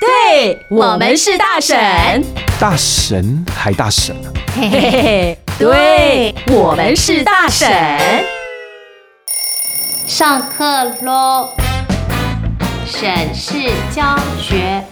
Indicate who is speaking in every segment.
Speaker 1: 嘿，我们是大婶，
Speaker 2: 大神还大神啊！
Speaker 1: 嘿嘿嘿，对，我们是大婶。
Speaker 3: 上课喽！沈氏教学，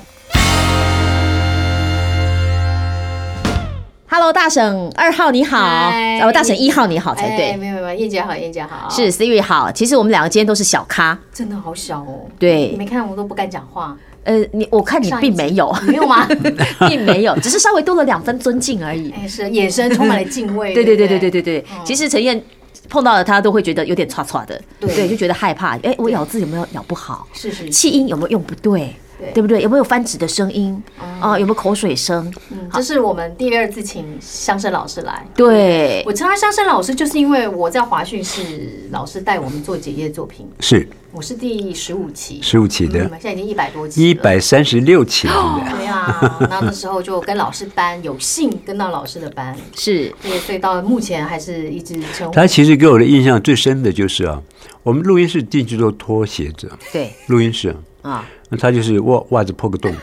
Speaker 1: Hello，大婶二号你好，
Speaker 3: 嗨
Speaker 1: 啊，大婶一号你好才
Speaker 3: 哎
Speaker 1: 对，
Speaker 3: 没有没有，燕姐好，燕姐好，
Speaker 1: 是 Siri 好。其实我们两个今天都是小咖，
Speaker 3: 真的好小哦。你
Speaker 1: 对，
Speaker 3: 没看我都不敢讲话，
Speaker 1: 呃，你我看你
Speaker 3: 上一
Speaker 1: 并
Speaker 3: 集
Speaker 1: 没有，
Speaker 3: 没有吗？
Speaker 1: 并没有，只是稍微多了两分尊敬而已。
Speaker 3: 哎，是眼神充满了敬畏。
Speaker 1: 对对
Speaker 3: 对
Speaker 1: 对
Speaker 3: 不
Speaker 1: 对对对嗯对，其实陈燕碰到了他都会觉得有点歘歘的，
Speaker 3: 对
Speaker 1: 对，就觉得害怕。哎，我咬字有没有咬不好？
Speaker 3: 是是是，
Speaker 1: 气音有没有用不对？
Speaker 3: 对
Speaker 1: 对不对？有没有翻纸的声音？啊，有没有口水声？
Speaker 3: 嗯，这是我们第二次请相声老师来。
Speaker 1: 对，
Speaker 3: 我称他相声老师，就是因为我在华讯是老师带我们做结业作品，
Speaker 4: 是
Speaker 3: 我是第十五期，
Speaker 4: 十五期
Speaker 3: 嗯
Speaker 4: 的，
Speaker 3: 现在已经一百多期，
Speaker 4: 一。百三十六期的，
Speaker 3: 对啊，然后那时候就跟老师班有幸跟到老师的班，
Speaker 1: 是
Speaker 3: 对，所以到目前还是一直成为
Speaker 4: 他其实给我的印象最深的就是啊，我们录音室进去都脱鞋子，
Speaker 1: 对
Speaker 4: 录音室啊，
Speaker 1: 啊，
Speaker 4: 那他就是袜袜子破 个洞，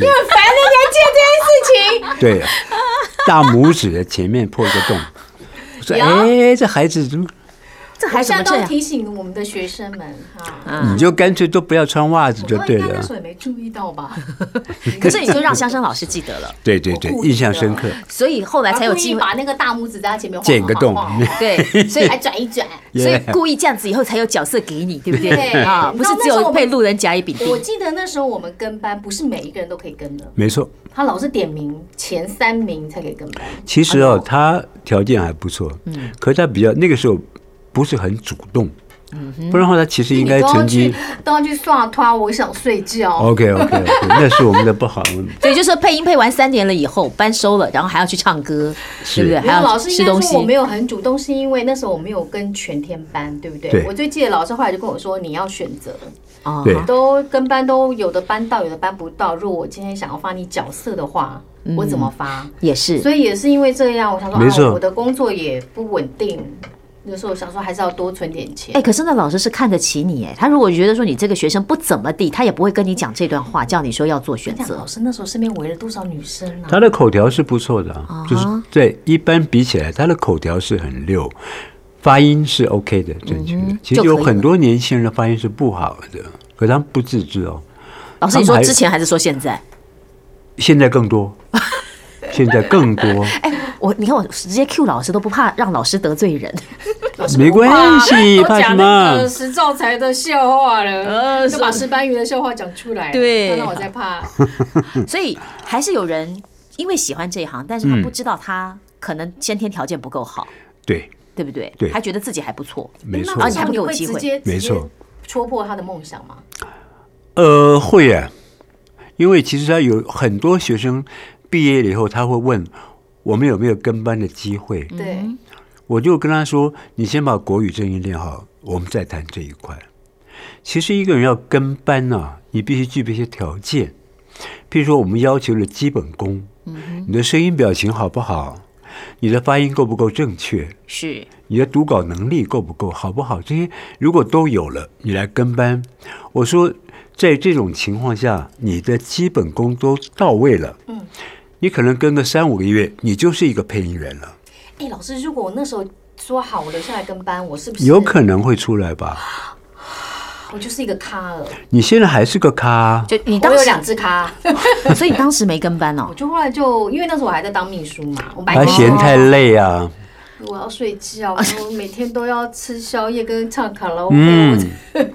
Speaker 3: 烦人家见这件事情。
Speaker 4: 对，啊大拇指的前面破一个洞，我说
Speaker 3: 有
Speaker 4: 哎，这孩子怎么？
Speaker 1: 这还怎么
Speaker 3: 现在
Speaker 1: 这
Speaker 3: 都
Speaker 1: 样？
Speaker 3: 提醒我们的学生们哈，
Speaker 4: 你就干脆都不要穿袜子
Speaker 3: 我
Speaker 4: 嗯就
Speaker 3: 刚
Speaker 4: 对
Speaker 3: 应该那
Speaker 4: 了啊
Speaker 3: 时，候也没注意到 吧？
Speaker 1: 可是你就让香生老师记得了，
Speaker 4: 对对对
Speaker 3: 我，故意
Speaker 4: 印象
Speaker 3: 的
Speaker 4: 深刻，
Speaker 1: 所以后来才有
Speaker 3: 故意
Speaker 1: 机会。
Speaker 3: 把那个大拇指在他前面晃
Speaker 4: 剪个洞
Speaker 3: 晃晃 晃
Speaker 1: 对，所以
Speaker 3: 还转一转。
Speaker 1: 所以
Speaker 4: Yeah
Speaker 1: 故意这样子以后才有角色给你，对不对？
Speaker 3: 对
Speaker 1: 啊，不是只有被路人甲乙丙
Speaker 3: 我
Speaker 1: 丁。
Speaker 3: 记得那时候我们跟班不是每一个人都可以跟的，
Speaker 4: 没错。
Speaker 3: 他老是点名前三名才可以跟班。
Speaker 4: 其实
Speaker 3: 哎
Speaker 4: 哦，他条件还不错，嗯，可是他比较那个时候不是很主动，不然的话他其实应
Speaker 3: 嗯
Speaker 4: 该
Speaker 3: 你都要
Speaker 4: 成绩
Speaker 3: 去都要去刷拖，我想睡觉。
Speaker 4: OK OK OK，那是我们的不好，
Speaker 1: 对，就是说配音配完三年了以后，班收了，然后还要去唱歌，对
Speaker 4: 是
Speaker 1: 不对？
Speaker 3: 没有
Speaker 1: 还
Speaker 3: 老
Speaker 1: 要
Speaker 3: 师
Speaker 1: 吃
Speaker 3: 应该
Speaker 1: 东
Speaker 3: 说我
Speaker 1: 西
Speaker 3: 没。有很主动，是因为那时候我没有跟全天班，对不对？
Speaker 4: 对
Speaker 3: 我最记得老师后来就跟我说，你要选择，
Speaker 1: 啊
Speaker 4: 对
Speaker 3: 都跟班都有的班到，有的班不到。如果我今天想要发你角色的话，我怎么发？
Speaker 1: 也是。
Speaker 3: 所以也嗯是因为这样，我想说，
Speaker 4: 没错
Speaker 3: 啊，我的工作也不稳定，那时候想说还是要多存点钱。
Speaker 1: 哎，可是那老师是看得起你哎，他如果觉得说你这个学生不怎么地，他也不会跟你讲这段话，叫你说要做选
Speaker 3: 你想
Speaker 1: 择
Speaker 3: 老。师那时候身边围了多少女生啊？
Speaker 4: 他的口条是不错的啊，就是对一般比起来，他的口条是很溜，发音是 OK 的，正
Speaker 3: 嗯
Speaker 4: 确的。其实有很多年轻人的发音是不好的，可他们不自知哦。
Speaker 1: 老师，
Speaker 4: 他
Speaker 1: 你
Speaker 4: 们
Speaker 1: 说
Speaker 4: 还
Speaker 1: 之前还是说现在？
Speaker 4: 现在 更多，现在更多，
Speaker 3: 哎
Speaker 1: 我你看我直接 Q 老师都不怕让老师得罪人，
Speaker 4: 没关系，
Speaker 3: 都
Speaker 4: 怕什
Speaker 3: 讲那个
Speaker 4: 么？
Speaker 3: 石兆才的笑话了，就把石斑鱼的笑话讲出来，
Speaker 1: 对
Speaker 3: 那我在怕。
Speaker 1: 所以还是有人因为喜欢这一行，但是他
Speaker 4: 嗯
Speaker 1: 不知道他可能先天条件不够好，
Speaker 4: 对，
Speaker 1: 对不对？
Speaker 4: 对
Speaker 1: 还觉得自己啊还不错，
Speaker 4: 没错
Speaker 3: 那
Speaker 1: 而。且他们
Speaker 3: 你
Speaker 1: 给我
Speaker 3: 会
Speaker 1: 机
Speaker 3: 直
Speaker 1: 会
Speaker 3: 接
Speaker 4: 没错，
Speaker 3: 直接戳破他的梦想吗？
Speaker 4: 呃，会啊，因为其实他有很多学生毕业了以后，他会问我们有没有跟班的机会。
Speaker 1: 嗯
Speaker 3: 对，
Speaker 4: 我就跟他说：“你先把国语正音练好，我们再谈这一块。”其实一个人要跟班啊，你必须具备一些条件，譬如说我们要求的基本功，你的声音表情好不好，你的发音够不够正确，
Speaker 1: 是
Speaker 4: 你的读稿能力够不够好不好，这些如果都有了，你来跟班。我说，在这种情况下，你的基本功都到位了，嗯，你可能跟个三五个月，你就是一个配音员了。
Speaker 3: 哎，老师，如果我那时候说好我留下来跟班，我是不是
Speaker 4: 有可能会出来吧？
Speaker 3: 我就是一个咖了？
Speaker 4: 你现在还是个咖啊，
Speaker 1: 就你
Speaker 3: 我
Speaker 1: 当
Speaker 3: 有
Speaker 1: 时，
Speaker 3: 两只咖，
Speaker 1: 所以你当时没跟班哦
Speaker 3: 我。就后来就因为那时候我还在当秘书嘛，我白
Speaker 4: 还
Speaker 3: 天
Speaker 4: 嫌太累啊？
Speaker 3: 我要 睡觉，我每天都要吃宵夜跟唱卡拉 OK，我
Speaker 4: 嗯，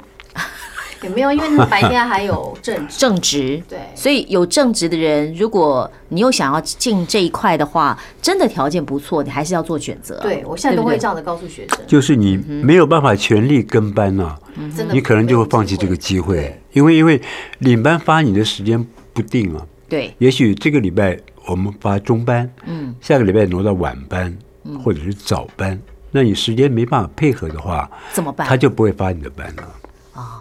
Speaker 3: 也没有，因为白天还有政 治。
Speaker 1: 正职，
Speaker 3: 对
Speaker 1: 所以有正职的人，如果你又想要进这一块的话，真的条件不错，你还是要做选择。
Speaker 3: 对，我现在都
Speaker 1: 对不
Speaker 3: 会
Speaker 1: 对
Speaker 3: 这样子告诉学生，
Speaker 4: 就是你没有办法全力跟班啊，
Speaker 3: 真的
Speaker 4: 你可能就会放弃这个机会，因为因为领班发你的时间不定啊，
Speaker 1: 对，
Speaker 4: 也许这个礼拜我们发中班，嗯，下个礼拜挪到晚班，或者是早班，那你时间没办法配合的话，
Speaker 1: 怎么办？
Speaker 4: 他就不会发你的班了。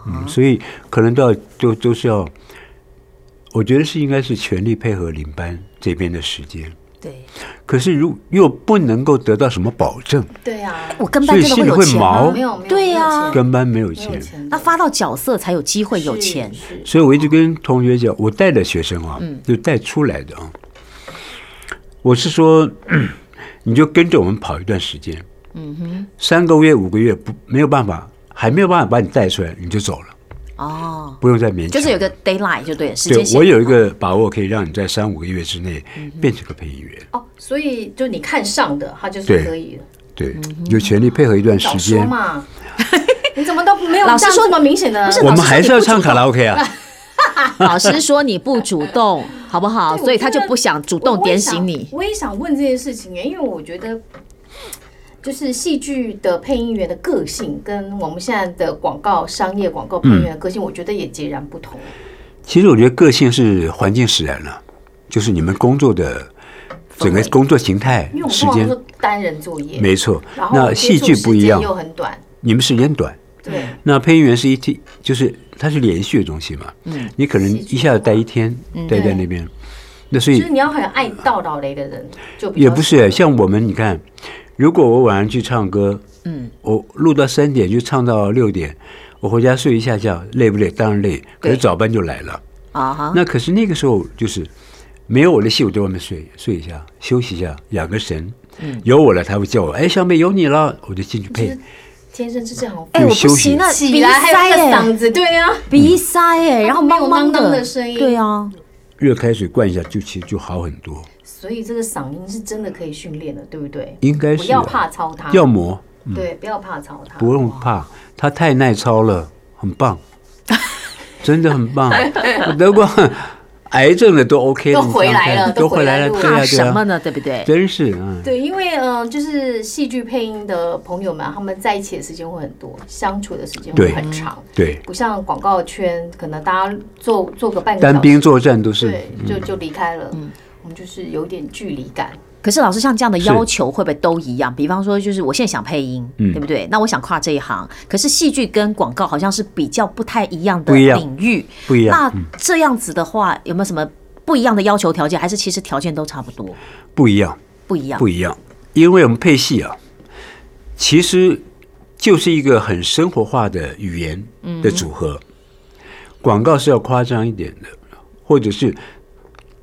Speaker 4: 嗯，所以可能都要都都是要，我觉得是应该是全力配合领班这边的时间。
Speaker 3: 对
Speaker 4: 可是如又不能够得到什么保证，
Speaker 3: 对啊，
Speaker 1: 我跟班真的
Speaker 4: 所以心里
Speaker 1: 有
Speaker 4: 会
Speaker 1: 钱
Speaker 4: 毛
Speaker 1: 吗
Speaker 3: 没？有没有，
Speaker 1: 对呀
Speaker 3: 没有
Speaker 4: 跟班没有
Speaker 3: 钱没有
Speaker 4: 钱。
Speaker 3: 钱的，
Speaker 1: 那发到角色才有机会有
Speaker 3: 是
Speaker 1: 钱，
Speaker 3: 是
Speaker 4: 所以我一直跟同学讲，我带的学生啊，
Speaker 1: 嗯
Speaker 4: 就带出来的啊，我是说， 你就跟着我们跑一段时间，嗯哼，三个月五个月不没有办法，还没有办法把你带出来，你就走了，
Speaker 1: 哦，
Speaker 4: 不用再勉强。
Speaker 1: 就是有个 d a y l i g h t 就对了，时
Speaker 4: 对
Speaker 1: 间线。嗯
Speaker 4: 我有一个把握，可以让你在三五个月之内变成个配音员，
Speaker 3: 哦，所以就你看上的，他就是
Speaker 4: 对
Speaker 3: 可以的。
Speaker 4: 对，
Speaker 1: 嗯
Speaker 4: 有权利配合一段时
Speaker 3: 早说
Speaker 4: 间。
Speaker 3: 嘛！你怎么都没有
Speaker 1: 老师
Speaker 3: 这样
Speaker 1: 说
Speaker 3: 这么明显的？
Speaker 1: 不是
Speaker 4: 我
Speaker 1: 老
Speaker 4: 们
Speaker 1: 师
Speaker 4: 还
Speaker 1: 说你
Speaker 4: 是要
Speaker 1: 不
Speaker 4: 唱
Speaker 1: 主
Speaker 4: 卡拉 OK 啊，
Speaker 1: 老师说你不主动，好不好？
Speaker 3: 对
Speaker 1: 所以
Speaker 3: 我
Speaker 1: 他
Speaker 3: 觉
Speaker 1: 就
Speaker 3: 得
Speaker 1: 不想主
Speaker 3: 我
Speaker 1: 动
Speaker 3: 我也
Speaker 1: 点
Speaker 3: 想
Speaker 1: 醒你。
Speaker 3: 我也想问这件事情欸耶，因为我觉得，就是戏剧的配音员的个性跟我们现在的广告商业广告配音员的个性，我觉得也截然不同。
Speaker 4: 其实我觉得个性是环境使然了、就是你们工作的整个
Speaker 3: 氛围
Speaker 4: 工作形态
Speaker 3: 因为我、们
Speaker 4: 时
Speaker 3: 通常
Speaker 4: 间
Speaker 3: 都，是单人作业，
Speaker 4: 没错
Speaker 3: 然。后
Speaker 4: 那
Speaker 3: 接
Speaker 4: 戏
Speaker 3: 触
Speaker 4: 剧
Speaker 3: 时
Speaker 4: 不一
Speaker 3: 间
Speaker 4: 样，
Speaker 3: 又很短，
Speaker 4: 你们时间短，
Speaker 3: 对，
Speaker 4: 那配音员是一天，就是它是连续的东西嘛。嗯，你可能一下子待一天，
Speaker 3: 嗯
Speaker 4: 待在那边，
Speaker 1: 嗯
Speaker 4: 那所
Speaker 3: 就是
Speaker 4: 以
Speaker 3: 你要很爱到老雷的人，就比较
Speaker 4: 也不是
Speaker 1: 哎
Speaker 4: 像我们，你看，如果我晚上去唱歌，嗯，我录到三点就唱到六点，我回家睡一下觉，累不累？当然累。可是
Speaker 1: 对
Speaker 4: 早班就来了。
Speaker 1: 啊哈，
Speaker 4: 那可是那个时候就是没有我的戏，我在外面睡睡一下，休息一下，养个神。
Speaker 3: 嗯
Speaker 4: 有我了，他会叫我，哎，小美有你了，我就进去配。
Speaker 3: 天生就是很
Speaker 1: 哎、
Speaker 4: 有
Speaker 1: 我
Speaker 4: 休
Speaker 1: 不
Speaker 4: 息
Speaker 1: 行啊，
Speaker 3: 起
Speaker 1: 鼻
Speaker 3: 来还有
Speaker 1: 塞
Speaker 3: 那
Speaker 1: 哎、
Speaker 3: 个嗓子，对啊，
Speaker 1: 鼻塞哎、然后
Speaker 3: 没有
Speaker 1: 茫茫
Speaker 3: 囔囔的声音
Speaker 1: 对啊，
Speaker 4: 热开水灌一下，就其实就好很多。
Speaker 3: 所以这个嗓音是真的可以训练的，对不对？
Speaker 4: 应该
Speaker 3: 不
Speaker 4: 是
Speaker 3: 要
Speaker 4: 啊
Speaker 3: 怕操它，
Speaker 4: 要磨，
Speaker 3: 对，不要怕操它。
Speaker 4: 不用怕，他太耐操了，很 棒，真的很棒。德国癌症的都 OK，
Speaker 3: 都
Speaker 4: 你
Speaker 3: 回
Speaker 4: 看
Speaker 3: 来
Speaker 4: 看
Speaker 3: 了
Speaker 4: 都
Speaker 3: 都回
Speaker 4: 回
Speaker 3: 来
Speaker 4: 来了，
Speaker 3: 了
Speaker 4: 对啊
Speaker 1: 怕
Speaker 4: 对
Speaker 1: 什么
Speaker 4: 啊，
Speaker 1: 呢？对不对？
Speaker 4: 真是啊，嗯
Speaker 3: 对，因为嗯、呃就是戏剧配音的朋友们，他们在一起的时间会很多，相处的时间会
Speaker 4: 对
Speaker 3: 很长，
Speaker 4: 对，
Speaker 3: 不像广告圈，可能大家做做个半个
Speaker 4: 单
Speaker 3: 小
Speaker 4: 兵
Speaker 3: 时，
Speaker 4: 作战都是
Speaker 3: 对，就就离开了。
Speaker 1: 嗯
Speaker 3: 我们就是有点距离感，
Speaker 1: 可是老师像这样的
Speaker 4: 是
Speaker 1: 要求会不会都一样？比方说，就是我现在想配音，
Speaker 4: 嗯
Speaker 1: 对不对？那我想跨这一行，可是戏剧跟广告好像是比较不太一样的
Speaker 4: 不一样
Speaker 1: 领域。
Speaker 4: 不一样，嗯
Speaker 1: 那这样子的话，有没有什么不一样的要求条件？还是其实条件都差不多？
Speaker 4: 不一样，
Speaker 1: 不一样，
Speaker 4: 不一样，因为我们配戏啊，其实就是一个很生活化的语言的组合。广告是要夸张一点的，或者是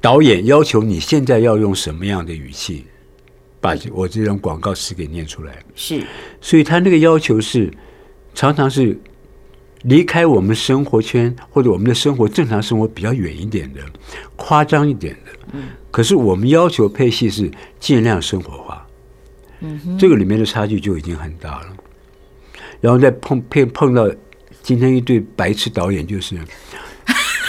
Speaker 4: 导演要求你现在要用什么样的语气，把我这张广告词给念出来。
Speaker 1: 是
Speaker 4: 所以他那个要求是，常常是离开我们生活圈或者我们的生活正常生活比较远一点的，夸张一点的。可是我们要求配戏是尽量生活化，这个里面的差距就已经很大了。然后再碰碰碰到今天一对白痴导演，就是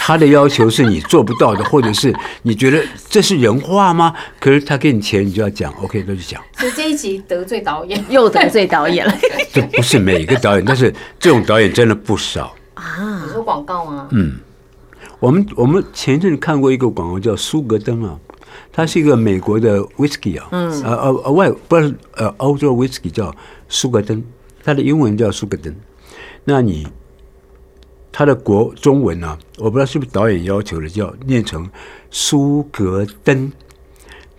Speaker 4: 他的要求是你做不到的，或者是你觉得这是人话吗？可是他给你钱，你就要讲 OK，那就讲。
Speaker 3: 所以这一集得罪导演
Speaker 1: 又得罪导演 了
Speaker 4: 这不是每一个导演，但是这种导演真的不少。
Speaker 1: 啊！
Speaker 3: 你说广告吗？
Speaker 4: 嗯我们我们前一阵看过一个广告叫苏格登啊，它是一个美国的 whisky 啊，嗯，呃呃呃外不是呃欧洲 whisky 叫苏格登，它的英文叫苏格登。那你它的国中文呢、啊我不知道是不是导演要求的，叫念成苏格登。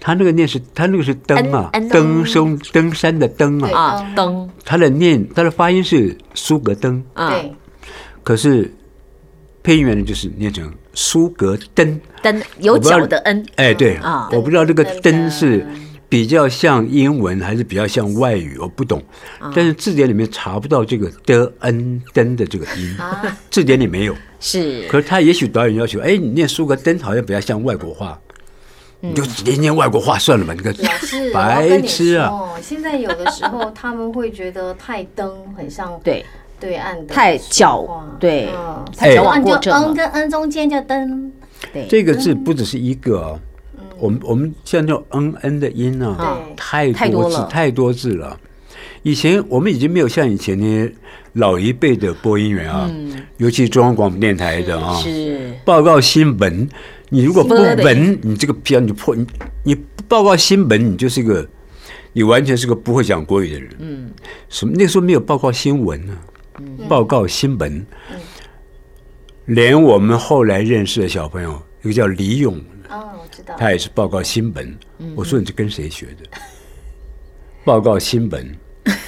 Speaker 4: 它那个念是，它那个是登啊
Speaker 1: 嗯嗯，
Speaker 4: 登升登山的登
Speaker 3: 对
Speaker 4: 啊，
Speaker 1: 啊，灯
Speaker 4: 它的念它的发音是苏格登，
Speaker 1: 啊，
Speaker 3: 对，
Speaker 4: 可是配音员呢，就是念成苏格登。
Speaker 1: 灯有脚的恩
Speaker 4: 哎，对
Speaker 1: 啊
Speaker 4: 我不知道这个
Speaker 3: 登
Speaker 4: 登是比较像英文还是比较像外语，我不懂。
Speaker 3: 啊
Speaker 4: 但是字典里面查不到这个的恩登的这个音，
Speaker 3: 啊
Speaker 4: 字典里没有。
Speaker 1: 是
Speaker 4: 可是他也许导演要求，哎，你念苏格登好像比较像外国话，你就直接念外国话算了吧，你个
Speaker 3: 嗯老师，我要
Speaker 4: 白
Speaker 3: 跟你
Speaker 4: 痴啊！
Speaker 3: 说，现在有的时候他们会觉得太登很像
Speaker 1: 对
Speaker 3: 对岸的
Speaker 1: 太
Speaker 3: 说
Speaker 1: 矫
Speaker 3: 话
Speaker 1: 对
Speaker 3: 嗯，
Speaker 1: 太矫
Speaker 4: 哎
Speaker 1: 枉
Speaker 3: 你就
Speaker 1: 过正了
Speaker 3: 嗯。跟嗯中间就登，
Speaker 1: 对
Speaker 4: 这个字不只是一个、哦，
Speaker 1: 嗯
Speaker 4: 我们我们像这种嗯嗯的音呢、啊
Speaker 3: 对，
Speaker 4: 太
Speaker 1: 太
Speaker 4: 多
Speaker 1: 多
Speaker 4: 字
Speaker 1: 了
Speaker 4: 太多字了。以前我们已经没有像以前那些老一辈的播音员啊，尤其中央广播电台的啊，
Speaker 1: 嗯是
Speaker 4: 报告新闻，你如果不
Speaker 1: 播的
Speaker 4: 闻，你这个票你就破你你不报告新闻，你就是一个你完全是个不会讲国语的人。嗯，什么那个时候没有报告新闻呢、报告新嗯闻，连我们后来认识的小朋友，一个叫李勇，
Speaker 3: 嗯，我知道。
Speaker 4: 他也是报告新闻。我说你是跟谁学的？报告新 闻。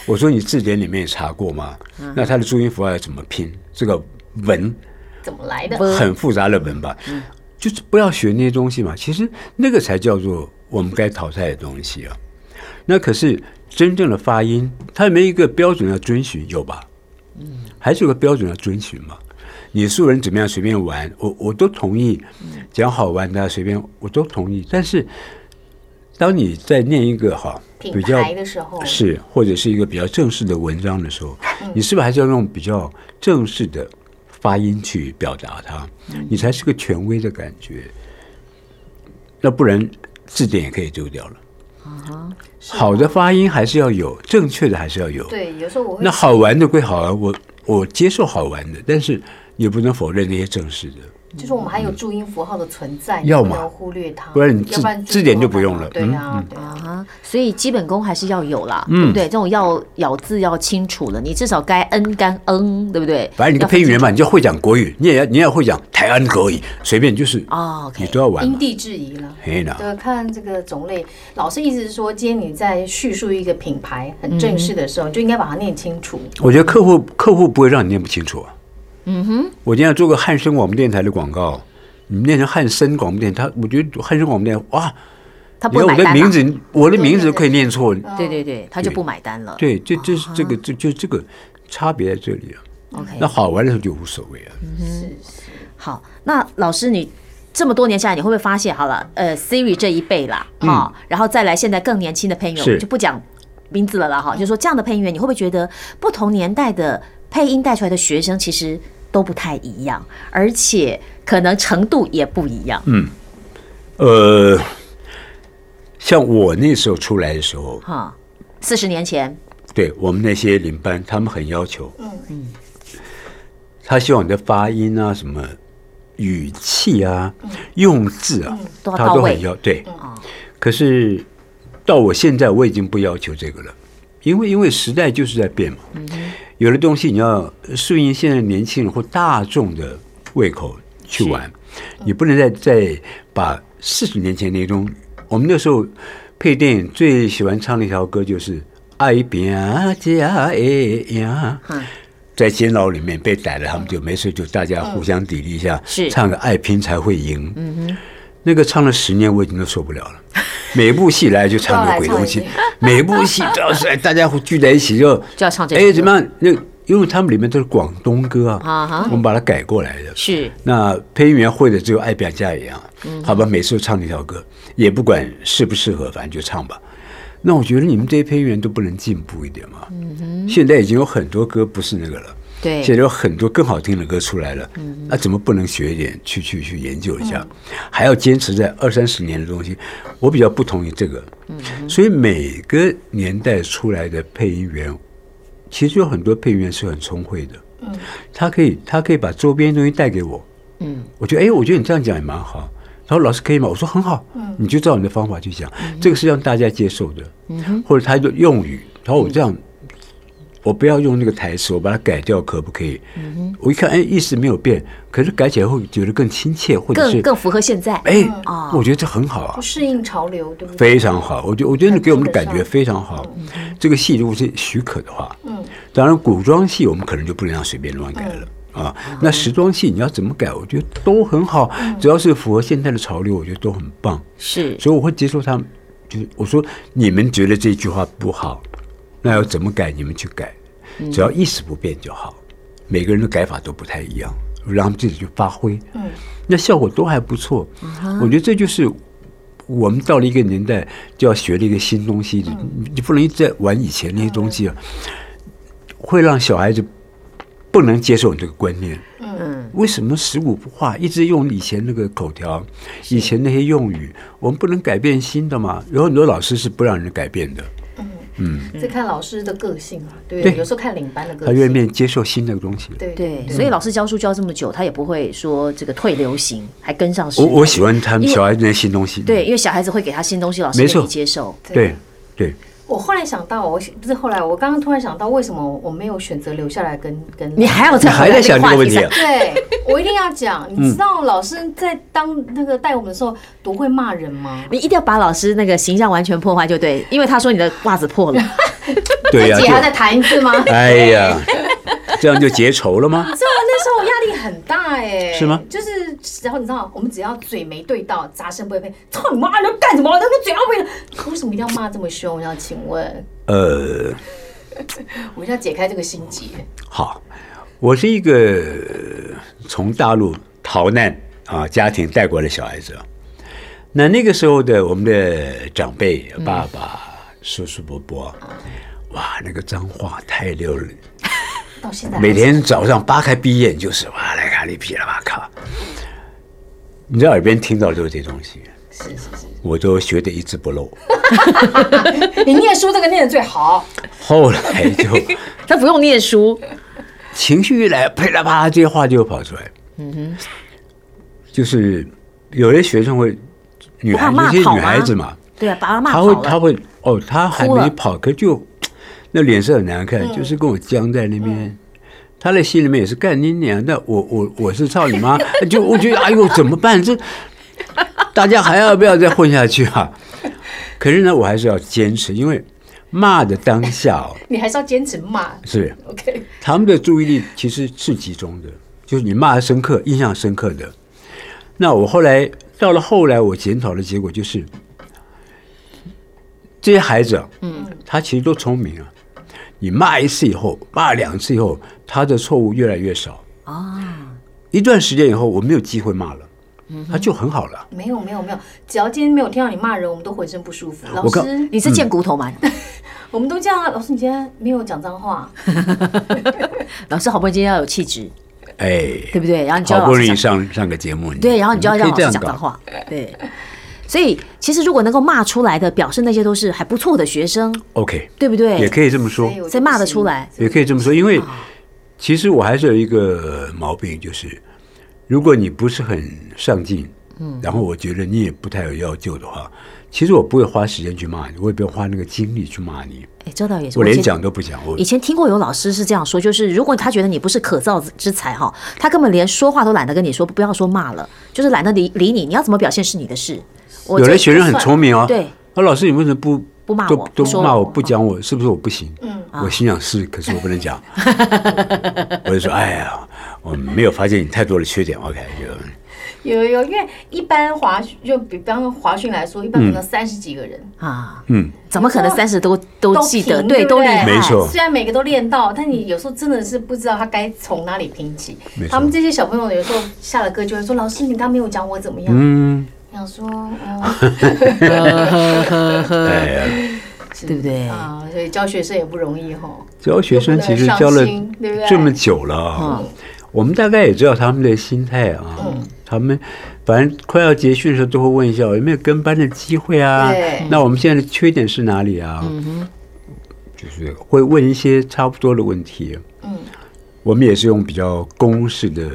Speaker 4: 我说你字典里面也查过吗？那它的注音符号要怎么拼？这个文
Speaker 3: 怎么来的？嗯
Speaker 4: 很复杂的文吧，就是不要学那些东西嘛。其实那个才叫做我们该淘汰的东西啊。那可是真正的发音，它没一个标准要遵循，有吧？嗯，还是有个标准要遵循嘛。你素人怎么样随便玩，我我都同意，讲好玩的啊随便我都同意。但是当你在念一个哈
Speaker 3: 品
Speaker 4: 比较
Speaker 3: 牌的时候
Speaker 4: 是或者是一个比较正式的文章的时候，
Speaker 3: 嗯
Speaker 4: 你是不是还是要用比较正式的发音去表达它？
Speaker 3: 嗯
Speaker 4: 你才是个权威的感觉。那不然字典也可以丢掉了。
Speaker 3: 啊
Speaker 4: 好的发音还是要有，正确的还是要有。
Speaker 3: 对，有时候我会
Speaker 4: 那好玩的归好玩，我我接受好玩的，但是也不能否认那些正式的。
Speaker 3: 就是我们还有注音符号的存在，
Speaker 4: 要
Speaker 3: 不
Speaker 4: 嘛
Speaker 3: 能忽略它，
Speaker 4: 不然你字
Speaker 3: 要不然注
Speaker 4: 字
Speaker 3: 音
Speaker 4: 典
Speaker 3: 符
Speaker 4: 就
Speaker 3: 号
Speaker 4: 不用
Speaker 3: 嘛
Speaker 4: 了
Speaker 3: 对
Speaker 4: 嗯
Speaker 3: 啊，对啊，
Speaker 1: 啊，所以基本功还是要有啦，对不对？这种要咬字要清楚了，你至少该嗯干嗯，对不对？
Speaker 4: 反正你个
Speaker 1: 要分
Speaker 4: 配音员
Speaker 1: 清
Speaker 4: 嘛，你就会讲国语，你也要你也要会讲台湾国语，随便就是
Speaker 1: 哦，OK
Speaker 4: 你都要玩
Speaker 3: 因
Speaker 4: 嘛。
Speaker 3: 地制宜了。
Speaker 4: 嘿啦，
Speaker 3: 对，看这个种类。老师意思是说，今天你在叙述一个品牌很正式的时
Speaker 4: 嗯
Speaker 3: 候，你就应该把它念清楚。
Speaker 4: 我觉得客户客户不会让你念不清楚啊。嗯哼，我今天要做个汉声广播电台的广告，你念成汉声广播电台，我觉得汉声广播电台哇，
Speaker 1: 他不
Speaker 4: 你看
Speaker 1: 会买
Speaker 4: 我的
Speaker 1: 单啊
Speaker 4: 名
Speaker 1: 啦，
Speaker 4: 字，我的名字都可以念错。
Speaker 1: 对对对，他就不买单了。
Speaker 4: 对，这这是这个这就这个差别在这里啊。
Speaker 1: OK，
Speaker 4: 那好玩的时候就无所谓啊。
Speaker 3: 嗯
Speaker 1: 嗯
Speaker 3: 是是，
Speaker 1: 好，那老师你。这么多年下来，你会不会发现，好了，呃，Siri 这一辈啦，哈、然后再来现在更年轻的配音员，
Speaker 4: 嗯是
Speaker 1: 我就不讲名字了啦，哈，就说这样的配音员，你会不会觉得不同年代的配音带出来的学生其实都不太一样，而且可能程度也不一样，
Speaker 4: 嗯呃，像我那时候出来的时候，
Speaker 1: 哈、四十年前，
Speaker 4: 对我们那些领班，他们很要求，嗯他希望你的发音啊、什么语气啊、用字啊，
Speaker 1: 都要
Speaker 4: 他
Speaker 1: 到
Speaker 4: 都
Speaker 1: 位
Speaker 4: 很要对。可是到我现在，我已经不要求这个了，因为因为时代就是在变嘛。有的东西你要顺应现在年轻人或大众的胃口去玩，你不能再再把四十年前那种我们那时候配电影最喜欢唱的一条歌就是《爱拼啊才会赢》。
Speaker 1: 嗯
Speaker 4: 哎在监牢里面被逮了，他们就没事就大家互相砥砺一下，
Speaker 1: 嗯是嗯
Speaker 4: 唱个爱拼才会赢。那个唱了十年，我已经都受不了了。每部戏来就唱个鬼东西
Speaker 3: 都要来，
Speaker 4: 每部戏只要是哎大家会聚在一起就
Speaker 1: 就要唱这首歌
Speaker 4: 哎，怎么样？那因为他们里面都是广东歌
Speaker 1: 啊
Speaker 4: 啊
Speaker 1: 哈，
Speaker 4: 我们把它改过来的。
Speaker 1: 是
Speaker 4: 那配音员会的只有爱表家一样，
Speaker 1: 嗯
Speaker 4: 好吧，每次都唱那条歌，也不管适不适合，反正就唱吧。那我觉得你们这些配音员都不能进步一点吗？
Speaker 1: 嗯
Speaker 4: 现在已经有很多歌不是那个了，
Speaker 1: 对
Speaker 4: 现在有很多更好听的歌出来了，那怎么不能学一点，去去去研究一下，还要坚持在二三十年的东西？我比较不同意这个，所以每个年代出来的配音员，其实有很多配音员是很聪慧的，他可以他可以把周边东西带给我，嗯，我觉得哎，我觉得你这样讲也蛮好。然后老师可以吗？我说很好，
Speaker 1: 嗯
Speaker 4: 你就照你的方法去讲，这个是让大家接受的，
Speaker 1: 嗯
Speaker 4: 或者他的用语。然后我这样，我不要用那个台词，我把它改掉，可不可以？
Speaker 1: 嗯
Speaker 4: 我一看，哎，意思没有变，可是改起来会觉得更亲切，或者
Speaker 1: 更
Speaker 4: 是
Speaker 1: 更符合现在，
Speaker 4: 哎
Speaker 1: 哦，
Speaker 4: 我觉得这很好啊
Speaker 3: 不，适应潮流，对不对？
Speaker 4: 非常好。我觉我觉得给我们的感
Speaker 3: 很
Speaker 4: 觉
Speaker 3: 跟得上
Speaker 4: 非常好。这个戏如果是许可的话，
Speaker 3: 嗯，
Speaker 4: 当然古装戏我们可能就不能让随便乱改了。
Speaker 3: 嗯
Speaker 4: 啊，那时装戏你要怎么改，我觉得都很好，
Speaker 3: 嗯
Speaker 4: 只要是符合现在的潮流，我觉得都很棒。
Speaker 1: 是
Speaker 4: 所以我会接受他们，就是我说你们觉得这句话不好，那要怎么改你们去改，只要意思不变就好。每个人的改法都不太一样，让他们自己去发挥，
Speaker 3: 嗯，
Speaker 4: 那效果都还不错。我觉得这就是我们到了一个年代就要学的一个新东西，你你不能一直在玩以前那些东西啊，会让小孩子不能接受你这个观念。
Speaker 1: 嗯，
Speaker 4: 为什么食古不化，一直用以前那个口条，以前那些用语，我们不能改变新的嘛？有很多老师是不让人改变的，
Speaker 3: 这看老师的个性啊，对不
Speaker 4: 对
Speaker 3: 对，有时候看领班的个
Speaker 4: 他愿
Speaker 3: 性，
Speaker 4: 意接受新的东西。
Speaker 3: 对
Speaker 1: 对，所以老师教书教这么久，他也不会说这个退流行，还跟上时
Speaker 4: 我
Speaker 1: 代。
Speaker 4: 我喜欢他
Speaker 1: 因
Speaker 4: 们
Speaker 1: 为
Speaker 4: 小孩子那些新东西。
Speaker 1: 对，因为小孩子会给他新东西，老师
Speaker 4: 没错
Speaker 1: 愿意接受。
Speaker 4: 对对，
Speaker 3: 我后来想到，我不是后来，我刚刚突然想到，为什么我没有选择留下来跟跟
Speaker 1: 你还要
Speaker 4: 你
Speaker 1: 再
Speaker 4: 还
Speaker 1: 回到
Speaker 4: 在想
Speaker 1: 这个话
Speaker 4: 这个问
Speaker 1: 题
Speaker 4: 题
Speaker 1: 上
Speaker 4: 啊？
Speaker 3: 对我一定要讲，你知
Speaker 4: 嗯
Speaker 3: 道老师在当那个带我们的时候多会骂人吗？
Speaker 1: 你一定要把老师那个形象完全破坏就对，因为他说你的袜子 破了，
Speaker 4: 对
Speaker 3: 姐还
Speaker 4: 呀、
Speaker 3: 在谈一次 吗？
Speaker 4: 就哎呀，这样就结仇了吗？
Speaker 3: 所以我那时候我压力很大哎、
Speaker 4: 是吗
Speaker 3: 就是然后你知道，我们只要嘴没对到，杂声不会飞，操你妈！你要干什么？那个嘴要飞了，为什么一定要骂这么凶？要请问，
Speaker 4: 呃，
Speaker 3: 我一定要解开这个心结。
Speaker 4: 好，我是一个呃从大陆逃难啊家庭带过来的小孩子啊。那那个时候的我们的长辈、爸爸、叔叔、伯伯，哇，那个脏话太溜了，
Speaker 3: 到现在还是
Speaker 4: 每天早上扒开闭眼就是哇，来卡里皮了吧卡。你在耳边听到就是这东西，
Speaker 3: 是是是，
Speaker 4: 我都学得一字不漏。
Speaker 3: 你念书这个念的最好，
Speaker 4: 后来就
Speaker 1: 他不用念书，
Speaker 4: 情绪一来，噼里啪啦这些话就跑出来。嗯哼，就是有些学生会，女孩
Speaker 1: 不怕骂
Speaker 4: 啊有些
Speaker 1: 跑
Speaker 4: 女孩
Speaker 1: 吗
Speaker 4: 子嘛，
Speaker 1: 对啊，把他骂
Speaker 4: 她
Speaker 1: 跑
Speaker 4: 会
Speaker 1: 了。
Speaker 4: 她会哦，她还
Speaker 1: 哭
Speaker 4: 没
Speaker 1: 了嗯
Speaker 4: 跑，可就那脸色很难看，就是跟我僵在那边。她的心里面也是干你娘的，我我我是操你妈！就我觉得哎呦怎么办？这大家还要不要再混下去啊？可是呢，我还是要坚持，因为骂的当下哦，
Speaker 3: 你还是要坚持骂。
Speaker 4: 是不是
Speaker 3: OK，
Speaker 4: 他们的注意力其实是集中的，就是你骂得深刻、印象深刻的。那我后来到了后来，我检讨的结果就是，这些孩子，嗯，他其实都聪明啊。你骂一次以后，骂两次以后，他的错误越来越少。
Speaker 1: 啊，
Speaker 4: 一段时间以后，我没有机会骂了，他就很好了。
Speaker 3: 没有没有没有，只要今天没有听到你骂人，我们都浑身不舒服。老
Speaker 4: 我刚
Speaker 3: 师，
Speaker 1: 你是贱骨头吗？
Speaker 4: 嗯
Speaker 3: 我们都这样啊。老师，你今天没有讲脏话，
Speaker 1: 老师好不容易今天要有气质，
Speaker 4: 哎，
Speaker 1: 对不对？然后你就要
Speaker 4: 好不
Speaker 1: 老
Speaker 4: 容
Speaker 1: 师讲，
Speaker 4: 易上上个节目，你
Speaker 1: 对，然后你就要
Speaker 4: 可以
Speaker 1: 让老
Speaker 4: 这
Speaker 1: 师
Speaker 4: 样
Speaker 1: 讲
Speaker 4: 搞
Speaker 1: 脏话，对。所以其实如果能够骂出来的，表示那些都是还不错的学生，
Speaker 4: ，OK，
Speaker 1: 对不对？
Speaker 4: 也可以这么
Speaker 3: 所
Speaker 4: 说。
Speaker 3: 以我就
Speaker 1: 再骂得
Speaker 3: 不行
Speaker 1: 出来
Speaker 4: 也可以这么说，因为
Speaker 1: 啊
Speaker 4: 其实我还是有一个毛病，就是如果你不是很上进，嗯，然后我觉得你也不太有要求的话，其实我不会花时间去骂你，我也不用花那个精力去骂你，
Speaker 1: 哎，这倒也是。
Speaker 4: 我连
Speaker 1: 以前
Speaker 4: 讲都不讲，我
Speaker 1: 以前听过有老师是这样说，就是如果他觉得你不是可造之才哈，他根本连说话都懒得跟你说，不要说骂了，就是懒得理理你。你要怎么表现是你的事。我
Speaker 4: 有
Speaker 1: 这
Speaker 4: 的学生很
Speaker 1: 不算
Speaker 4: 聪明哦，
Speaker 1: 对，
Speaker 4: 那老师你为什么不
Speaker 1: 不骂
Speaker 4: 都
Speaker 1: 我
Speaker 4: 都
Speaker 1: 不说
Speaker 4: 骂我
Speaker 1: 我啊
Speaker 4: 不讲我是不是我不行？嗯，我心想是，可是我不 能讲，我就说哎呀，我没有发现你太多的缺点，OK 就。
Speaker 3: 有有，有，因为一般华讯就比方华讯来说，一般可能三十几个人。
Speaker 1: 啊，
Speaker 4: 嗯，
Speaker 1: 怎么可能三十都都记得？
Speaker 3: 平
Speaker 1: 对，
Speaker 3: 对不啊
Speaker 1: 都厉
Speaker 3: 对
Speaker 1: 害，
Speaker 4: 没错
Speaker 3: 虽然每个都练到，但你有时候真的是不知道他该从哪里拼起
Speaker 4: 没。错
Speaker 3: 他们这些小朋友有时候下了课就会说：“老师，你刚没有讲我怎么样。”
Speaker 4: 嗯，
Speaker 3: 想说，嗯，
Speaker 4: 哎呀。
Speaker 1: 对不对？
Speaker 3: 啊，所以教学生也不容易吼。
Speaker 4: 教学生其实教了这么久了啊，
Speaker 3: 嗯
Speaker 4: 我们大概也知道他们的心态啊。他们反正快要结训的时候都会问一下有没有跟班的机会啊
Speaker 3: 对？嗯
Speaker 4: 那我们现在的缺点是哪里啊？就是会问一些差不多的问题。
Speaker 3: 嗯，
Speaker 4: 我们也是用比较公式的。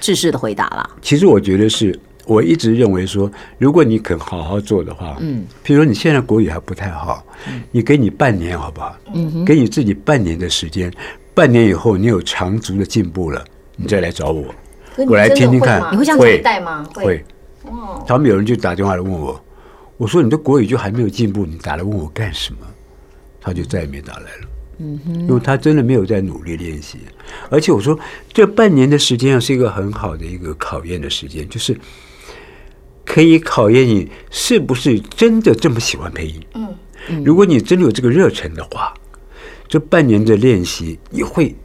Speaker 1: 制式的回答啦，
Speaker 4: 其实我觉得是我一直认为说，如果你肯好好做的话，嗯，譬如说你现在国语还不太好，
Speaker 3: 嗯
Speaker 4: 你给你半年好不好？嗯，给你自己半年的时间，半年以后你有长足的进步了，你再来找我，
Speaker 3: 可是
Speaker 4: 我来
Speaker 3: 你
Speaker 4: 听
Speaker 3: 真的
Speaker 4: 听
Speaker 3: 会
Speaker 4: 看
Speaker 3: 吗？。
Speaker 1: 你会这样
Speaker 3: 对待吗？
Speaker 4: 会，
Speaker 3: 哦，
Speaker 4: 他们有人就打电话来问我，我说你的国语就还没有进步，你打来问我干什么？他就再也没打来了。
Speaker 3: 嗯
Speaker 4: 因为他真的没有在努力练习，而且我说这半年的时间啊是一个很好的一个考验的时间，就是可以考验你是不是真的这么喜欢配音。嗯，如果你真的有这个热忱的话，这半年的练习也会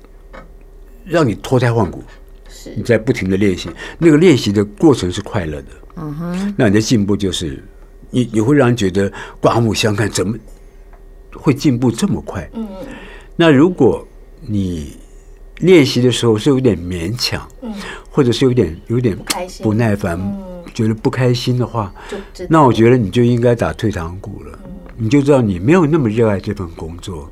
Speaker 4: 让你脱胎换骨。
Speaker 3: 是
Speaker 4: 你在不停的练习，那个练习的过程是快乐的。嗯哼，那你的进步就是你你会让人觉得刮目相看，怎么会进步这么快？嗯，那如果你练习的时候是有点勉强，嗯，或者是有点有点不嗯
Speaker 3: 开心
Speaker 4: 不耐烦，觉得不开心的话，
Speaker 3: 就知道
Speaker 4: 那我觉得你就应该打退堂鼓了，你就知道你没有那么热爱这份工作。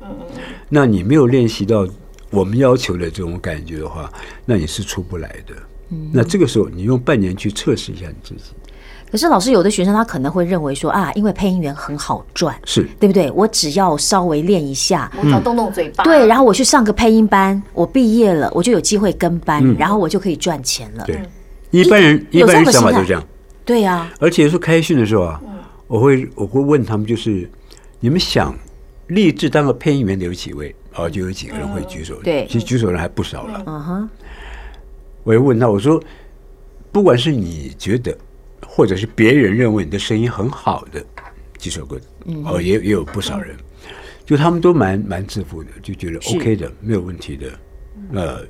Speaker 4: 那你没有练习到我们要求的这种感觉的
Speaker 1: 嗯
Speaker 4: 话，那你是出不来的。那这个时候，你用半年去测试一下你自己。
Speaker 1: 可是老师，有的学生他可能会认为说啊，因为配音员很好赚，
Speaker 4: 是
Speaker 1: 对不对？我只要稍微练一下，
Speaker 3: 我只要动动嘴巴，
Speaker 1: 对，然后我去上个配音班，我毕业了，我就有机会跟班，然后我就可以赚钱了。
Speaker 4: 嗯对。一般人
Speaker 1: 嗯有
Speaker 4: 一般
Speaker 1: 这样
Speaker 4: 人
Speaker 1: 的
Speaker 4: 想法
Speaker 1: 心态
Speaker 4: 都这样，
Speaker 1: 对啊呀，
Speaker 4: 而且是开训的时候啊，
Speaker 1: 嗯
Speaker 4: 我会我会问他们，就是你们想立志当个配音员的有几位？啊，就有几个人会举手，
Speaker 1: 嗯对
Speaker 4: 其实举手的人还不少了。
Speaker 1: 嗯哼，
Speaker 4: 我就问他，我说，不管是你觉得，或者是别人认为你的声音很好的几首歌，
Speaker 1: 嗯
Speaker 4: 哦，也也有不少人，就他们都蛮蛮自负的，就觉得 OK 的，没有问题的，
Speaker 1: 嗯
Speaker 4: 呃，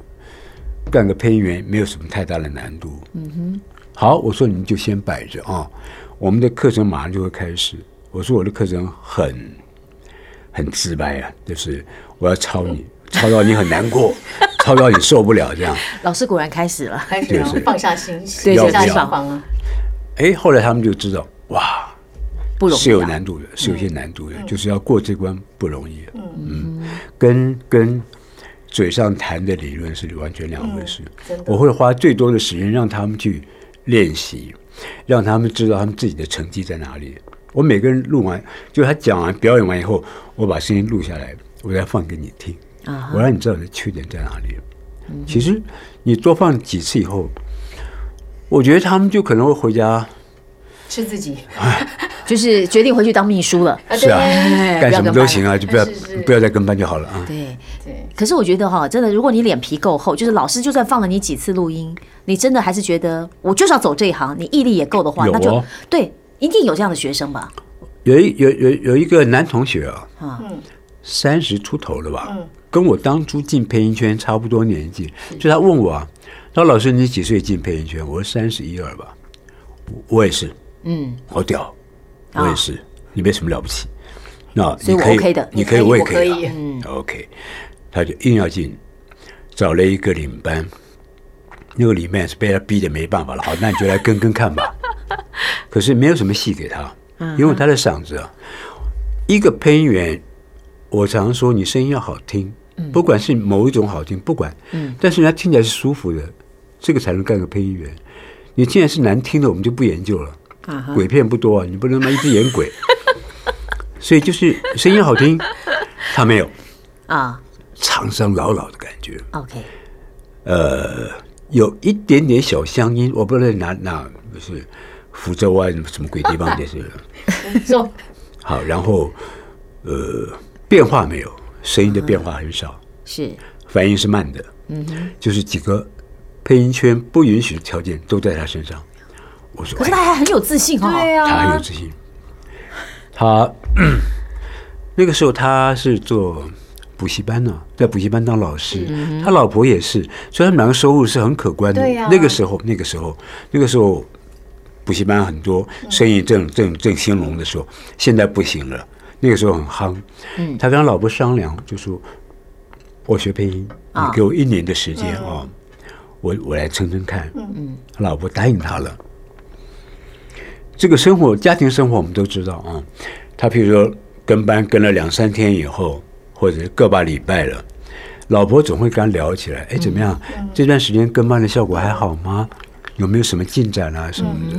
Speaker 4: 干个配音员没有什么太大的难度。嗯哼，好，我说你们就先摆着啊，我们的课程马上就会开始。我说我的课程很很直白啊，就是我要抄你，抄到你很难过， 抄到你受不了这样。
Speaker 1: 老师果然开始了，
Speaker 3: 开始啊
Speaker 4: 就是
Speaker 3: 放下心，
Speaker 1: 对
Speaker 4: 要
Speaker 3: 放下
Speaker 4: 不
Speaker 3: 心
Speaker 4: 要
Speaker 3: 房啊，
Speaker 4: 哎，后来他们就知道，哇，
Speaker 1: 不容
Speaker 4: 是
Speaker 1: 易
Speaker 4: 有
Speaker 1: 啊。嗯
Speaker 4: 难度的，是有些难度的，就是要过这关不容易。嗯跟跟嘴上谈的理论是完全两回
Speaker 1: 嗯
Speaker 4: 事。
Speaker 3: 真的
Speaker 4: 我会花最多的时间让他们去练习，让他们知道他们自己的成绩在哪里。我每个人录完，就他讲完、表演完以后，我把声音录下来，我再放给你听，
Speaker 1: 啊嗯
Speaker 4: 我让你知道你的缺点在哪里。其实你多放几次以后，我觉得他们就可能会回家。
Speaker 3: 吃自己
Speaker 1: 就是决定回去当秘书了。
Speaker 3: 啊，
Speaker 4: 是啊
Speaker 3: 对
Speaker 1: 哎
Speaker 4: 干什么都行
Speaker 1: 啊。
Speaker 4: 啊，就不要
Speaker 3: 是是
Speaker 4: 不要再跟班就好了啊。
Speaker 1: 对，
Speaker 3: 对，
Speaker 1: 可是我觉得哈，真的，如果你脸皮够厚，就是老师就算放了你几次录音，你真的还是觉得我就是要走这一行，你毅力也够的话，
Speaker 4: 有哦
Speaker 3: 啊
Speaker 1: 那就对，一定有这样的学生吧？
Speaker 4: 有一有有有一个男同学啊，
Speaker 1: 啊，
Speaker 4: 三十出头了吧，
Speaker 1: 嗯
Speaker 4: 跟我当初进配音圈差不多年纪，就他问我啊，他说老师你几岁进配音圈？我说三十一二吧，我我也是，
Speaker 1: 嗯，
Speaker 4: 好屌，
Speaker 1: 啊
Speaker 4: 我也是，你没什么了不起，那
Speaker 1: 所以
Speaker 4: 你
Speaker 1: 我
Speaker 4: 可以
Speaker 1: OK 的
Speaker 4: 你
Speaker 3: 你可
Speaker 4: 可
Speaker 3: 以
Speaker 4: 以，我也
Speaker 3: 我
Speaker 4: 可以
Speaker 3: 可以
Speaker 4: 啊，OK，他就硬要进，找了一个领班，那个领班是被他逼的没办法了，好，那你就来跟跟看 吧。可是没有什么戏给他，
Speaker 1: 嗯
Speaker 4: 因为他的嗓子啊，一个配音员，我常说你声音要好听，不管是某一种好听，不管，但是人家听起来是舒服的，这个才能干个配音员。你既然是难听的，我们就不研究了。鬼片不多啊，你不能他妈一直演鬼，所以就是声音好听，他没有
Speaker 1: 啊
Speaker 4: 长生老老的感觉。
Speaker 1: ，OK，
Speaker 4: 有一点点小乡音，我不知道在哪哪不是福州啊什么什么鬼地方也是。
Speaker 3: 说
Speaker 4: 好，然后呃变化没有，声音的变化很少，
Speaker 1: 是
Speaker 4: 反应是慢的。嗯就是几个配音圈不允许的条件都在他身上。我说，
Speaker 1: 可是
Speaker 4: 哎
Speaker 1: 他还很有自信哦哈、
Speaker 3: 对
Speaker 4: 他很有
Speaker 3: 啊，
Speaker 4: 自信。他 那个时候他是做补习班呢、在补习班当老师，他老婆也是，所以他们两个收入是很可观的。
Speaker 3: 嗯对呀
Speaker 4: 那个时候，那个时候，那个时候补习班很多，
Speaker 3: 嗯
Speaker 4: 生意正正正兴隆的时候，现在不行了。那个时候很夯，
Speaker 3: 嗯
Speaker 4: 他跟他老婆商量，就说：“我学配音，你
Speaker 1: 啊
Speaker 4: 给我一年的时
Speaker 3: 嗯
Speaker 4: 间啊、我我来撑撑看。”嗯，老婆答应他了。这个生活、家庭生活我们都知道啊。他譬如说跟班跟了两三天以后，或者是个把礼拜了，老婆总会跟他聊起来，哎，怎么样？这段时间跟班的效果还好吗？有没有什么进展啊什么的？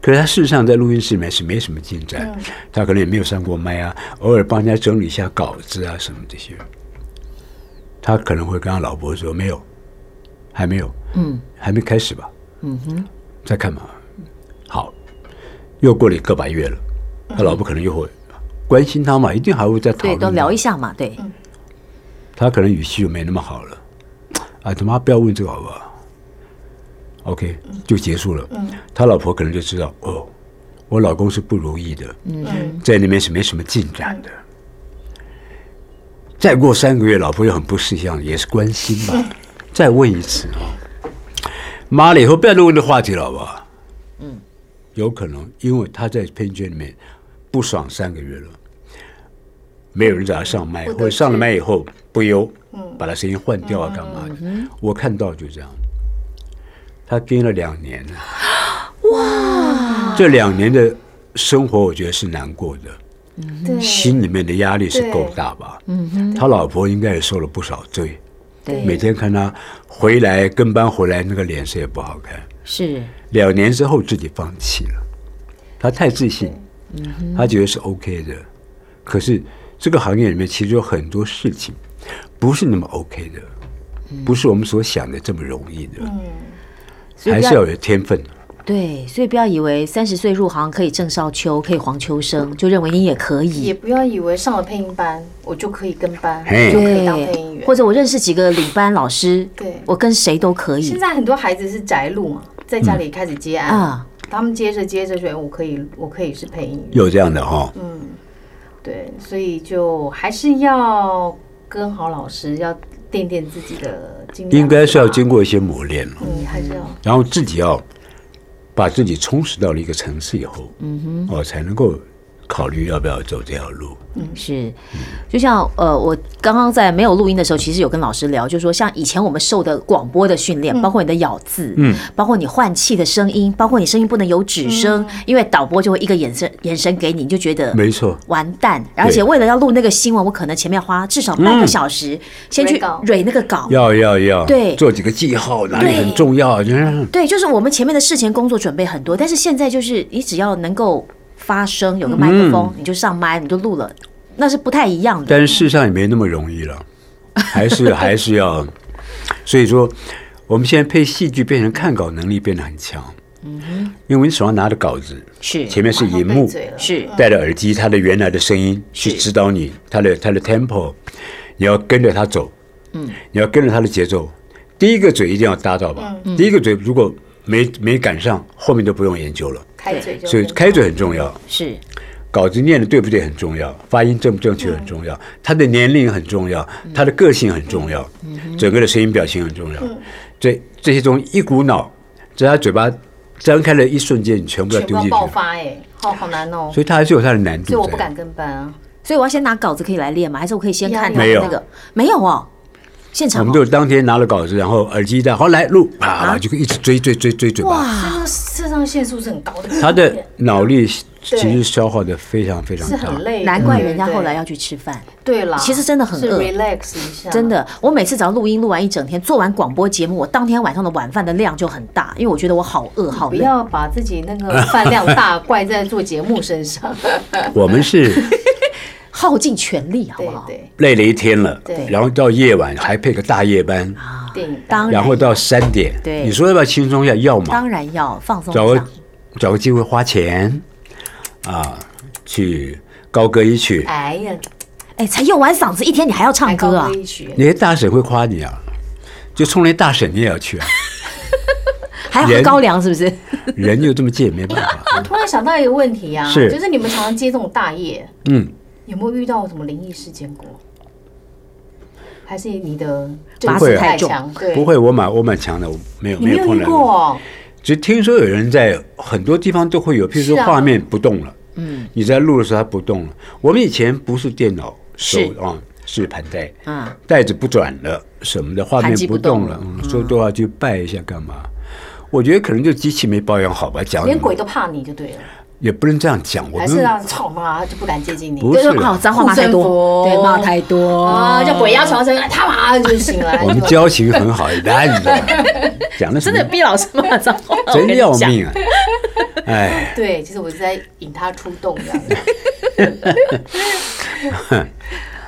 Speaker 4: 可是他事实上在录音室里面是没什么进展，他可能也没有上过麦啊，偶尔帮人家整理一下稿子啊什么这些。他可能会跟他老婆说：“没有，还没有，嗯，还没开始吧，嗯哼，再看吧。”好，又过了一个把月了，他老婆可能又会关心他嘛，一定还会再讨
Speaker 1: 对，
Speaker 4: 论，
Speaker 1: 都聊一。下嘛，对，
Speaker 4: 他可能语气就没那么好了，啊，他妈不要问这个好不好？OK，就结束了。他老婆可能就知道，哦，我老公是不如意的，
Speaker 3: 嗯
Speaker 4: 在那边是没什么进展的。再过三个月，老婆又很不识相，也是关心吧。再问一次啊、妈了，以后不要再问这话题了，好不好？嗯，有可能，因为他在配音圈里面不爽三个月了，没有人找他上麦，
Speaker 3: 不得嗯
Speaker 4: 或者上了
Speaker 3: 志
Speaker 4: 麦以后不优，把他声音换掉啊，干嘛的？
Speaker 3: 嗯
Speaker 4: 我看到就这样，他跟了两年了。哇，这两年的生活，我觉得是难过的。
Speaker 3: 对，
Speaker 4: 心里面的压力是够大吧？嗯哼，他老婆应该也受了不少罪，
Speaker 1: 对
Speaker 4: 每天看他回来跟班回来，那个脸色也不好看。
Speaker 1: 是
Speaker 4: 两年之后自己放弃了，他太自信，
Speaker 1: 嗯
Speaker 4: 他觉得是 OK 的。可是这个行业里面其实有很多事情不是那么 OK 的，
Speaker 1: 嗯
Speaker 4: 不是我们所想的这么容易的，
Speaker 1: 所以
Speaker 4: 还
Speaker 1: 不
Speaker 4: 是要
Speaker 1: 要
Speaker 4: 有天分。
Speaker 1: 对，所以不要以为三十岁入行可以郑少秋，可以黄秋
Speaker 3: 嗯
Speaker 1: 生，就认为你也可
Speaker 3: 也
Speaker 1: 以。
Speaker 3: 不要以为上了配音班，我就可以跟班，
Speaker 4: 嘿
Speaker 3: 就可以当配音员。
Speaker 1: 或者我认识几个领班老师，
Speaker 3: 对
Speaker 1: 我跟谁都可以
Speaker 3: 现在很多孩子是宅路嘛，在家
Speaker 4: 嗯
Speaker 3: 里开始接案，
Speaker 1: 啊。
Speaker 3: 他们接着接着觉得我可以，我可以是配音员。
Speaker 4: 有这样的哈、
Speaker 1: 嗯
Speaker 3: 对，所以就还是要跟好老师，要垫垫自己的经验。啊
Speaker 4: 应该是要经过一些磨练了，
Speaker 3: 嗯，还是要
Speaker 4: 然后自己要把自己充实到了一个层次以后，嗯哼，哦，才能够考虑要不要走这条路。
Speaker 1: 是，就像呃，我刚刚在没有录音的时候，其实有跟老师聊，就说像以前我们受的广播的训练，包括你的咬字，嗯，包括你换气的声音，包括你声音不能有指声，
Speaker 3: 嗯
Speaker 1: 因为导播就会一个眼神眼神给你，你就觉得
Speaker 4: 没错
Speaker 1: 完蛋。而且为了要录那个新闻，我可能前面花至少半个小时先去
Speaker 3: 蕊稿
Speaker 1: 蕊那个稿。
Speaker 4: 嗯要要要，
Speaker 1: 对
Speaker 4: 做几个记号，哪里
Speaker 1: 对
Speaker 4: 很重要，就是
Speaker 1: 对，就是我们前面的事前工作准备很多，但是现在就是你只要能够发声，有个麦克
Speaker 4: 嗯
Speaker 1: 风，你就上麦，你就录了，那是不太一样的。
Speaker 4: 但是事实上也没那么容易 了，还是还是要，所以说我们现在配戏剧变成看稿能力变得很强，嗯，因为你手上拿着稿子，
Speaker 1: 是
Speaker 4: 前面是啊
Speaker 3: 马上
Speaker 4: 荧
Speaker 3: 被
Speaker 4: 幕，
Speaker 3: 嘴了
Speaker 1: 是
Speaker 4: 戴着耳机，他的原来的声音去
Speaker 1: 是
Speaker 4: 指导你，他的他的 tempo，你要跟着他走，嗯，你要跟着他的节奏。第一个嘴一定要搭到吧，第一个嘴如果没没赶上，后面都不用研究了。
Speaker 3: 开嘴就
Speaker 4: 所以
Speaker 3: 跟
Speaker 4: 开嘴很重要，
Speaker 1: 是。
Speaker 4: 稿子念的对不对很重要，发音正不正确很重
Speaker 3: 嗯
Speaker 4: 要，他的年龄很重要，他的个性很重要，
Speaker 3: 嗯
Speaker 4: 整个的声音表情很重要。这这些东西一股脑，只要他嘴巴张开的一瞬间，你全部要
Speaker 3: 全部
Speaker 4: 丢
Speaker 3: 要
Speaker 4: 进去
Speaker 3: 爆
Speaker 4: 了，
Speaker 3: 发哎、好好难哦、
Speaker 4: 所以它还是有它的难度在。
Speaker 3: 所以我不敢跟班啊。
Speaker 1: 所以我要先拿稿子可以来练吗？还是我可以先看
Speaker 3: 没
Speaker 4: 有
Speaker 1: 那个？没有哦，现场
Speaker 4: 我
Speaker 1: 哦
Speaker 4: 们就当天拿了稿子，然后耳机一戴，好来录，啪，就一直
Speaker 3: 啊
Speaker 4: 追追追追嘴巴。
Speaker 3: 真的，肾上腺素是很高的，
Speaker 4: 他的脑力其实消耗的非常非常
Speaker 3: 是
Speaker 4: 大
Speaker 3: 很，累的，
Speaker 1: 难怪
Speaker 4: 嗯
Speaker 3: 对
Speaker 1: 人家
Speaker 3: 对
Speaker 1: 后来要去吃饭。
Speaker 3: 对啦，
Speaker 1: 其实真的很
Speaker 3: 是
Speaker 1: 饿
Speaker 3: relax 一
Speaker 4: 啊
Speaker 3: 下，
Speaker 1: 真的，我每次只要录音录完一整天，做完广播节目，我当天晚上的晚饭的量就很大，因为我觉得我好饿好
Speaker 3: 不
Speaker 1: 累。
Speaker 3: 要把自己那 个饭量大怪在做节目身上，
Speaker 4: 我们是
Speaker 1: 耗尽全力，好
Speaker 3: 对
Speaker 1: 不好？
Speaker 3: 对，
Speaker 4: 累了一天了
Speaker 3: 对，啊
Speaker 4: 然后到夜晚还配个大夜班，
Speaker 3: 电影
Speaker 1: 当
Speaker 4: 然后到三点，
Speaker 1: 对
Speaker 4: 你说要不要轻松一下？要嘛，
Speaker 1: 当然要放松
Speaker 4: 找
Speaker 1: 一
Speaker 4: 个
Speaker 1: 下。
Speaker 4: 找个机会花钱啊，去高歌一曲，
Speaker 3: 哎呀，
Speaker 1: 哎，才用完嗓子一天，你还要唱
Speaker 3: 还高
Speaker 1: 歌啊
Speaker 3: 歌？
Speaker 4: 哎
Speaker 3: 一曲，
Speaker 4: 那些大婶会夸你啊，就冲那大婶你也要去啊，
Speaker 1: 还要喝
Speaker 4: 人
Speaker 1: 高粱是不是？
Speaker 4: 人就这么贱，没办法。
Speaker 3: 我啊突然想到一个问题啊，
Speaker 4: 是
Speaker 3: 就是你们常常接这种大业，
Speaker 4: 嗯，
Speaker 3: 有没有遇到什么灵异事件过？还是你的
Speaker 1: 八
Speaker 4: 字
Speaker 1: 太
Speaker 3: 太
Speaker 1: 重
Speaker 3: 强， 对，
Speaker 4: 啊不，会，我蛮我蛮强的，我没有
Speaker 3: 你没
Speaker 4: 有
Speaker 3: 有
Speaker 4: 碰
Speaker 3: 遇
Speaker 4: 到
Speaker 3: 过哦，
Speaker 4: 只听说有人在很多地方都会有，譬如说
Speaker 3: 是啊
Speaker 4: 画面不动了，嗯，你在录的时候它不动了。我们以前不是电脑，手
Speaker 1: 是
Speaker 4: 啊是盘带，
Speaker 1: 嗯，
Speaker 3: 啊
Speaker 4: 带子不转了什么的，画面
Speaker 1: 盘机不
Speaker 4: 不
Speaker 1: 动
Speaker 4: 动了，嗯，说都要去拜一下干嘛？我觉得可能就机器没保养好吧，讲
Speaker 3: 连鬼都怕你就对了，
Speaker 4: 也不能这样讲，我
Speaker 3: 还是
Speaker 4: 们
Speaker 3: 让操妈就不敢接近你，
Speaker 4: 不
Speaker 1: 就是说哦，
Speaker 4: 啦，
Speaker 1: 脏话骂太多，
Speaker 3: 护身符
Speaker 1: 对，骂太多
Speaker 3: 啊，叫鬼压床声，他妈就醒来，
Speaker 4: 我们
Speaker 3: 就
Speaker 4: 交情 很好，那你知道吗讲的什
Speaker 1: 真
Speaker 4: 么
Speaker 1: 的逼老师骂脏话， 我跟
Speaker 4: 真
Speaker 1: 你
Speaker 4: 要
Speaker 1: 讲
Speaker 4: 命啊！哎，
Speaker 3: 对，其实我是在引他出洞这样子。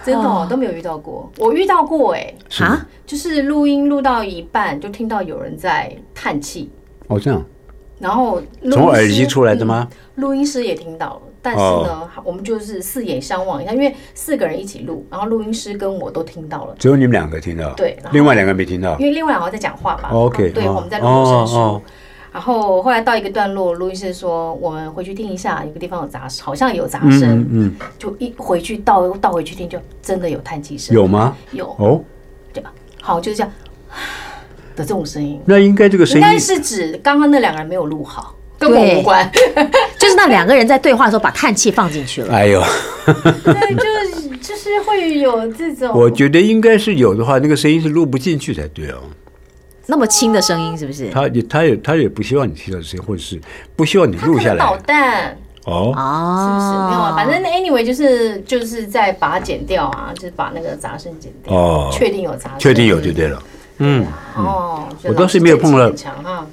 Speaker 3: 真的、哦、都没有遇到过，我遇到过哎、
Speaker 1: 啊！
Speaker 3: 就是录音录到一半就听到有人在叹气，
Speaker 4: 哦这样，
Speaker 3: 然后录音
Speaker 4: 从耳
Speaker 3: 师
Speaker 4: 机出来的吗？哦
Speaker 3: 嗯录、音师也听到了，但是呢，我们就是四眼相望一下，因为四个人一起录，然后录音师跟我都听到了，
Speaker 4: 只有你们两个听到，
Speaker 3: 对然后
Speaker 4: 另外两个没听到
Speaker 3: 因。为另外两个在讲话嘛。
Speaker 4: OK，
Speaker 3: 对，
Speaker 4: 哦
Speaker 3: 我们在录声书。
Speaker 4: 哦哦
Speaker 3: 然后后来到一个段落，录音师说：“我们回去听一下，有个地方有杂，好像有杂声。
Speaker 4: 嗯嗯，
Speaker 3: 就一回去倒倒回去听，就真的有叹气声，
Speaker 4: 有吗？
Speaker 3: 有，
Speaker 4: 哦，
Speaker 3: 对吧？好，就是这样 的这种声音，
Speaker 4: 那应该这个声
Speaker 3: 应
Speaker 4: 音
Speaker 3: 该是指刚刚那两个人没有录好，跟我
Speaker 1: 对
Speaker 3: 无关，
Speaker 1: 就是那两个人在对话的时候把叹气放进去了。
Speaker 4: 哎呦，
Speaker 3: 对，就是就是会有这种，
Speaker 4: 我觉得应该是有的话，那个声音是录不进去才对哦。
Speaker 1: 那么轻的声音是不是？
Speaker 4: 他也他也他也不希望你听到这声音，或者是不希望你
Speaker 3: 他
Speaker 4: 录
Speaker 3: 可
Speaker 4: 下
Speaker 3: 能捣
Speaker 4: 来
Speaker 3: 蛋。
Speaker 4: 哦。
Speaker 1: 哦，
Speaker 3: 是不是没有啊？反正 anyway 就是就是在把它剪掉啊，就是把那个杂声剪掉。
Speaker 4: 哦
Speaker 3: 确定有杂声，
Speaker 4: 确定有就对了，
Speaker 3: 哦。所以
Speaker 4: 我倒是
Speaker 3: 老师
Speaker 4: 没有碰
Speaker 3: 这技
Speaker 4: 到
Speaker 3: 很强哈。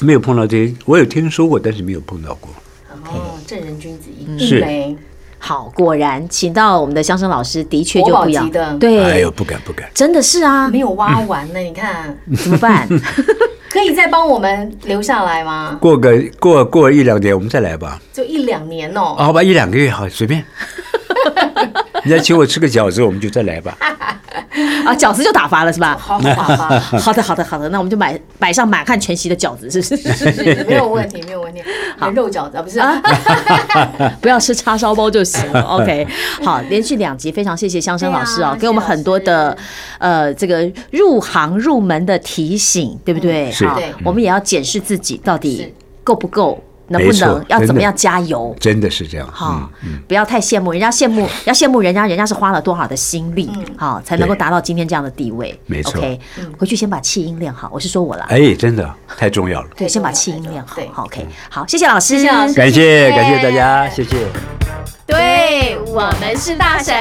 Speaker 4: 没有碰到这些，我有听说过，但是没有碰到过。
Speaker 3: OK，哦正人君子一
Speaker 4: 嗯是
Speaker 3: 一枚，
Speaker 1: 好，果然请到我们的相声老师，的确就
Speaker 3: 国宝
Speaker 1: 不一样
Speaker 3: 级的。哎
Speaker 1: 对，
Speaker 4: 哎呦，不敢不敢，
Speaker 1: 真的是啊
Speaker 3: 没，有挖完呢。你看，
Speaker 1: 怎么 办？
Speaker 3: 可以再帮我们留下来吗？
Speaker 4: 过个过过一两年我们再来吧。
Speaker 3: 就一两年哦。
Speaker 4: 好吧，一两个月好，随便。你再请我吃个饺子，我们就再 来吧。
Speaker 1: 啊，饺子就打发了是吧？
Speaker 3: 好好好吧，
Speaker 1: 好的，好的，好的，那我们就买摆上满汉全席的饺子，是不 是？
Speaker 3: 是是是没有问题，没有问题。肉饺子啊不是，
Speaker 1: 不要吃叉烧包就行了。OK，好，连续两集非常谢谢香生老师啊，
Speaker 3: 对啊
Speaker 1: 给我们很多的呃这个入行入门的提醒，对不对？
Speaker 4: 是
Speaker 1: 好
Speaker 3: 对
Speaker 1: 我们也要检视自己到底
Speaker 3: 嗯是
Speaker 1: 够不够，能不
Speaker 4: 没错
Speaker 1: 能，要
Speaker 4: 真
Speaker 1: 怎么
Speaker 4: 的
Speaker 1: 样加油。
Speaker 4: 真的是这样。
Speaker 1: 好
Speaker 4: 嗯，，
Speaker 1: 不要太羡慕人家，羡慕要羡慕人家，人家是花了多少的心力，
Speaker 3: 嗯
Speaker 1: 好才能够
Speaker 4: 对
Speaker 1: 达到今天这样的地位。
Speaker 4: 没错
Speaker 1: OK，回去先把气音练好，我是说我啦，
Speaker 4: 哎，嗯真的太重要了。
Speaker 1: 对，先把
Speaker 3: 对
Speaker 1: 气音
Speaker 3: 对
Speaker 1: 练好
Speaker 3: 对。
Speaker 1: 好，OK，好，谢谢老师，
Speaker 3: 谢谢老师
Speaker 4: 感谢
Speaker 3: 谢谢
Speaker 4: 感谢大家，谢谢。
Speaker 3: 对我们是大神。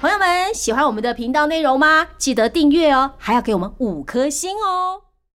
Speaker 1: 朋友们喜欢我们的频道内容吗？记得订阅哦，还要给我们五颗星哦。